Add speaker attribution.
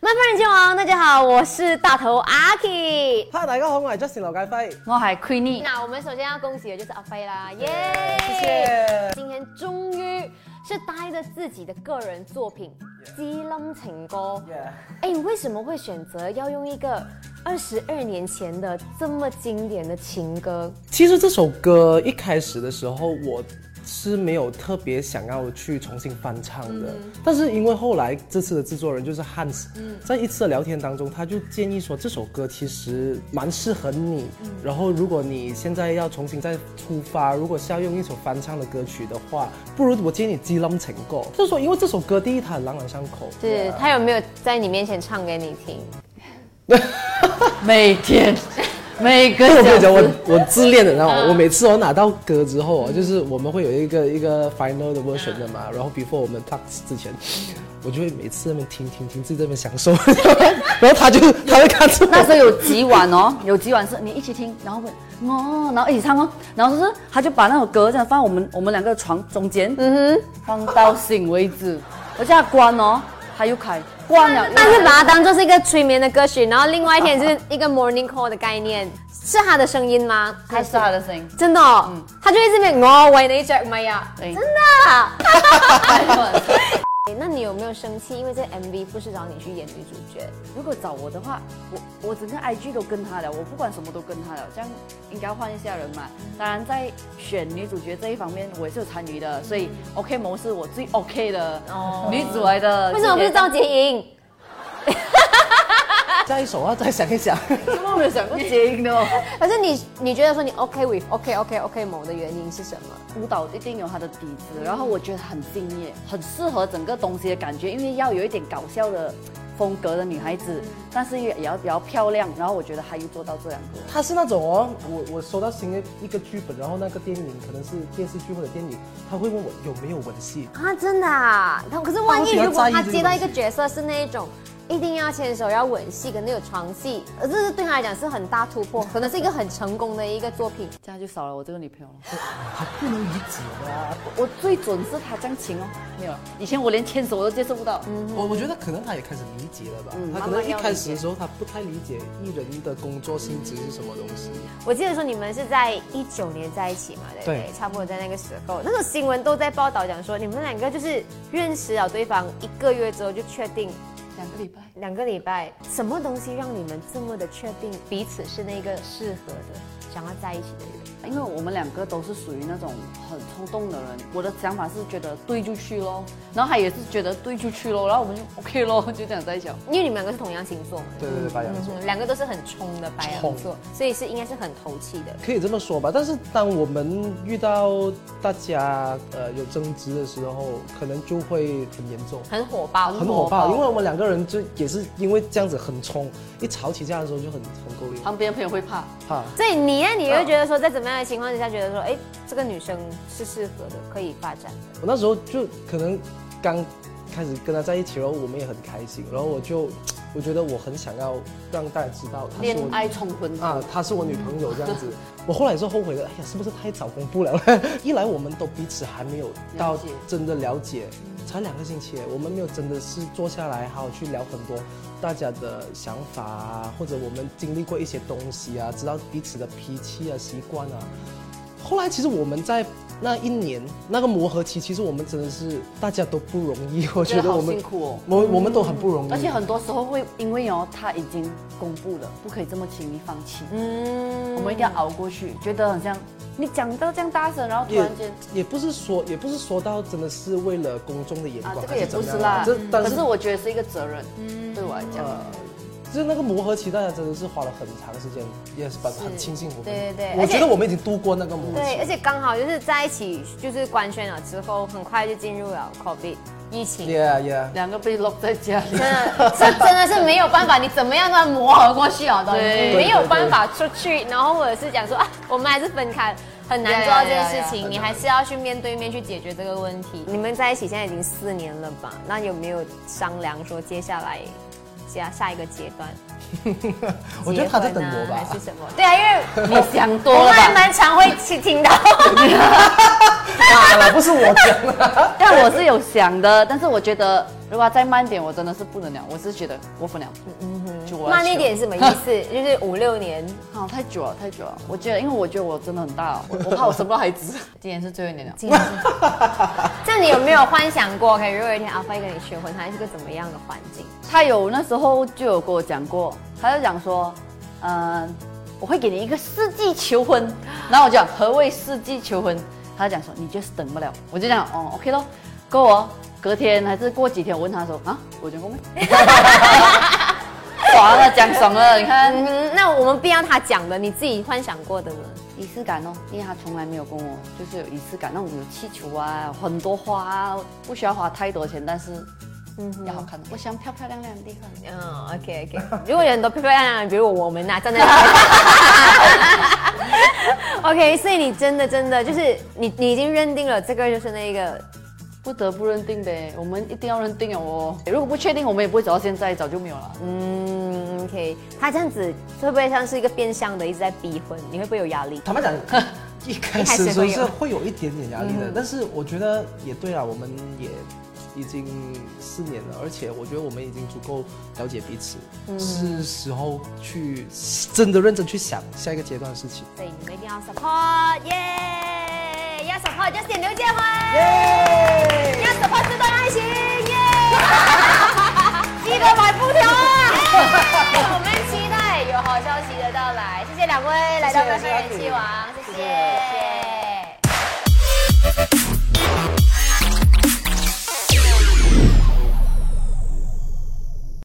Speaker 1: 麦夫人之王，哦大家好，我是大头阿 K。
Speaker 2: 嗨，大家好，我係 Justin 劉介輝。
Speaker 3: 我係 Queenie，
Speaker 1: 那我们首先要恭喜的就是阿飞啦，耶！
Speaker 2: 謝謝
Speaker 1: 今天终于是带着自己的个人作品《基隆情歌》。哎，你为什么会选择要用一个二十二年前的这么经典的情歌？
Speaker 2: 其实这首歌一开始的时候，我是没有特别想要去重新翻唱的，但是因为后来这次的制作人就是 Hans，、在一次的聊天当中，他就建议说这首歌其实蛮适合你，然后如果你现在要重新再出发，如果是要用一首翻唱的歌曲的话，不如我建议你《激浪成购》，就是说因为这首歌第一它很朗朗上口，
Speaker 1: 是他有没有在你面前唱给你听？
Speaker 3: 每 天 每个
Speaker 2: 因为我跟
Speaker 3: 小
Speaker 2: 你讲，我
Speaker 3: 时，
Speaker 2: 我自恋的，你知道
Speaker 1: 嗯
Speaker 2: 吗？我每次我拿到歌之后啊，就是我们会有一个一个 final 的 version 的
Speaker 1: 嗯
Speaker 2: 嘛，然后 before 我们 p l u x 之前，我就会每次在那边听听听，自己在那边享受， 然后他就他会看着
Speaker 3: 那
Speaker 2: 我，
Speaker 3: 时候有几晚哦，有几晚是你一起听，然后问哦，然后一起唱哦，然后就是他就把那首歌这样放我们我们两个床中间，嗯哼，放到醒为止，我叫他关哦，他又开，关了，
Speaker 1: 但是把它当做是一个催眠的歌曲，然后另外一天是一个 morning call 的概念，是他的声音吗？
Speaker 3: 还是他的声音，
Speaker 1: 真的、哦，
Speaker 2: 嗯
Speaker 1: 他就一直念我为你着迷啊，
Speaker 3: 对
Speaker 2: 哎
Speaker 1: 真的啊。 哎
Speaker 3: 太
Speaker 1: 那你有没有生气？因为这 MV 不是找你去演女主角，
Speaker 3: 如果找我的话，我我整个 IG 都跟他了，我不管什么都跟他了，这样应该要换一下人嘛。当然，在选女主角这一方面，我也是有参与的，所以 OK 模式我最 OK 的女主来的。
Speaker 1: 为什么不是赵洁莹？
Speaker 2: 下一首啊，再想一想。
Speaker 3: 怎么没有想过谐音的哦？
Speaker 1: 可是你你觉得说你 OK with OK OK OK 某的原因是什么？
Speaker 3: 舞蹈一定有它的底子，然后我觉得很敬业，很适合整个东西的感觉，因为要有一点搞笑的风格的女孩子，但是也要比较漂亮。然后我觉得她又做到这两个。
Speaker 2: 他是那种哦，我我收到新的一个剧本，然后那个电影可能是电视剧或者电影，他会问我有没有吻戏，
Speaker 1: 啊，真的啊！他可是万一
Speaker 2: 他会比较
Speaker 1: 如果他
Speaker 2: 在意这个
Speaker 1: 接到一个角色是那一种。一定要牵手，要吻戏，可能有床戏，呃，这是对他来讲是很大突破，可能是一个很成功的一个作品。
Speaker 3: 这样就少了我这个女朋友了。
Speaker 2: 他不能理解的啊。
Speaker 3: 呃我最准是他这样亲哦，嗯没有了。以前我连牵手我都接受不到。
Speaker 2: 我我觉得可能他也开始理解了吧，他
Speaker 1: 慢嗯慢
Speaker 2: 可能一
Speaker 1: 要
Speaker 2: 开
Speaker 1: 理
Speaker 2: 始的时候他不太理解艺人的工作性质是什么东西。
Speaker 1: 我记得说你们是在一九年在一起嘛，对不对？
Speaker 2: 对
Speaker 1: 差不多在那个时候，那时候新闻都在报道讲说你们两个就是认识了对方一个月之后就确定
Speaker 3: 两个礼拜，
Speaker 1: 两个礼拜，什么东西让你们这么的确定彼此是那个适合的、想要在一起的人？
Speaker 3: 因为我们两个都是属于那种很冲动的人，我的想法是觉得对就去咯，然后他也是觉得对就去咯，然后我们就 OK 咯， 就这样在一起哦了。
Speaker 1: 因为你们两个是同样星座嘛，
Speaker 2: 对对对，白羊座。
Speaker 1: 嗯两个都是很冲的白羊座，所以是应该是很投气的。
Speaker 2: 可以这么说吧，但是当我们遇到大家呃有争执的时候，可能就会很严重，
Speaker 1: 很火爆，
Speaker 2: 很火爆，因为我们两个人就也是因为这样子很冲，一吵起架的时候就很很够力，
Speaker 3: 旁边朋友会怕，
Speaker 2: 怕。
Speaker 1: 所以你呢？你会觉得说，在怎么样的情况之下，觉得说，哎，这个女生是适合的，可以发展的。
Speaker 2: 我那时候就可能刚开始跟他在一起，然后我们也很开心，然后我就我觉得我很想要让大家知道他是
Speaker 3: 恋
Speaker 2: 我
Speaker 3: 爱冲昏头。
Speaker 2: 啊，她是我女朋友这样子。 我后来也是后悔的，哎呀，是不是太早公布了？ 一来我们都彼此还没有到
Speaker 3: 了解
Speaker 2: 真的了解，才两个星期，我们没有真的是坐下来好好去聊很多大家的想法啊，或者我们经历过一些东西啊，知道彼此的脾气啊、习惯啊。后来其实我们在那一年那个磨合期，其实我们真的是大家都不容易，我觉
Speaker 3: 觉得
Speaker 2: 得
Speaker 3: 好
Speaker 2: 我们
Speaker 3: 辛苦哦
Speaker 2: 我我们都很不容易，
Speaker 3: 而且很多时候会因为哦，他已经公布了，不可以这么轻易放弃，
Speaker 1: 嗯
Speaker 3: 我们一定要熬过去。觉得很像你讲到这样大声，然后突
Speaker 2: 也
Speaker 3: 然间，
Speaker 2: 也不是说，也不是说到真的是为了公众的眼
Speaker 3: 啊
Speaker 2: 光，，
Speaker 3: 这个
Speaker 2: 还
Speaker 3: 也
Speaker 2: 怎
Speaker 3: 不
Speaker 2: 么
Speaker 3: 是
Speaker 2: 样
Speaker 3: 啦。嗯
Speaker 2: 这但
Speaker 3: 可
Speaker 2: 是
Speaker 3: 是我觉得是一个责任，对我来讲。
Speaker 2: 呃，就是那个磨合期，大家真的是花了很长时间，也是很很庆幸我们，
Speaker 1: 对对对而
Speaker 2: 我
Speaker 1: 且
Speaker 2: 觉得我们已经度过那个磨合
Speaker 1: 对，而
Speaker 2: 期。
Speaker 1: 且刚好就是在一起，就是官宣了之后，很快就进入了 COVID 疫情。
Speaker 2: Yeah yeah，
Speaker 3: 两个被 lock 在家里
Speaker 1: 真，的，这真的是没有办法，你怎么样都要磨合过去啊，东西
Speaker 3: 对
Speaker 1: 没有办法出去，然后或者是讲说啊，我们还是分开，很难做到这件事情，你还是要去面对面去解决这个问题。你们在一起现在已经四年了吧？那有没有商量说接下来下下一个阶段？
Speaker 2: 我觉得他在等我
Speaker 1: 结婚啊还
Speaker 2: 吧
Speaker 1: 是。什么？对啊，因为
Speaker 3: 你想多
Speaker 1: 我
Speaker 3: 了
Speaker 1: 们还
Speaker 3: 吧？
Speaker 1: 蛮常会去听 到。
Speaker 2: 啊，不是我讲的，
Speaker 3: 但我是有想的，但是我觉得如果他再慢点，我真的是不能了，我是觉得过分了，就我要
Speaker 1: 慢一
Speaker 3: 求
Speaker 1: 点是什么意思？就是五六年，
Speaker 3: 好，太久了，太久了。我觉得，因为我觉得我真的很大，我我怕我生不到孩子。 今年是最后一年了，
Speaker 1: 这样子 这样你有没有幻想过，可以如果有一天阿飞跟你结婚，他是个怎么样的环境？
Speaker 3: 他有那时候就有跟我讲过，他就讲说，嗯、我会给你一个世纪求婚。然后我就讲何谓世纪求婚？他就讲说你就是等不了。我就讲哦，OK 咯，够哦。隔天还是过几天，我问他说啊，我讲过没？爽嗯了，讲爽了，你看。
Speaker 1: 嗯，那我们不要他讲的，你自己幻想过的呢？
Speaker 3: 仪式感哦，因为他从来没有跟我就是有仪式感，那种有气球啊，很多花、啊，不需要花太多钱，但是要好看的。我想漂漂亮亮的地方。
Speaker 1: 嗯，OK OK。如果有很多漂漂亮亮的，比如我们呐、啊站在那里。OK，所以 你真的真的就是你，你已经认定了这个就是那个
Speaker 3: 不得不认定的，我们一定要认定哦。如果不确定，我们也不会走到现在，早就没有了。
Speaker 1: 嗯，OK，他这样子会不会像是一个变相的一直在逼婚？你会不会有压力？
Speaker 2: 坦白讲，一开始的时候是会有一点点压力的
Speaker 1: 嗯，
Speaker 2: 但是我觉得也对啊，我们也已经四年了，而且我觉得我们已经足够了解彼此，是时候去真的认真去想下一个阶段的事情。
Speaker 1: 所以你们一定要 support，耶、要 support 就点刘建辉，要 support 这段爱情， 耶、记得买布条啊！我们期待有好消息的到来，谢谢两位来到《
Speaker 2: 谢谢
Speaker 1: 本人气王》，谢谢。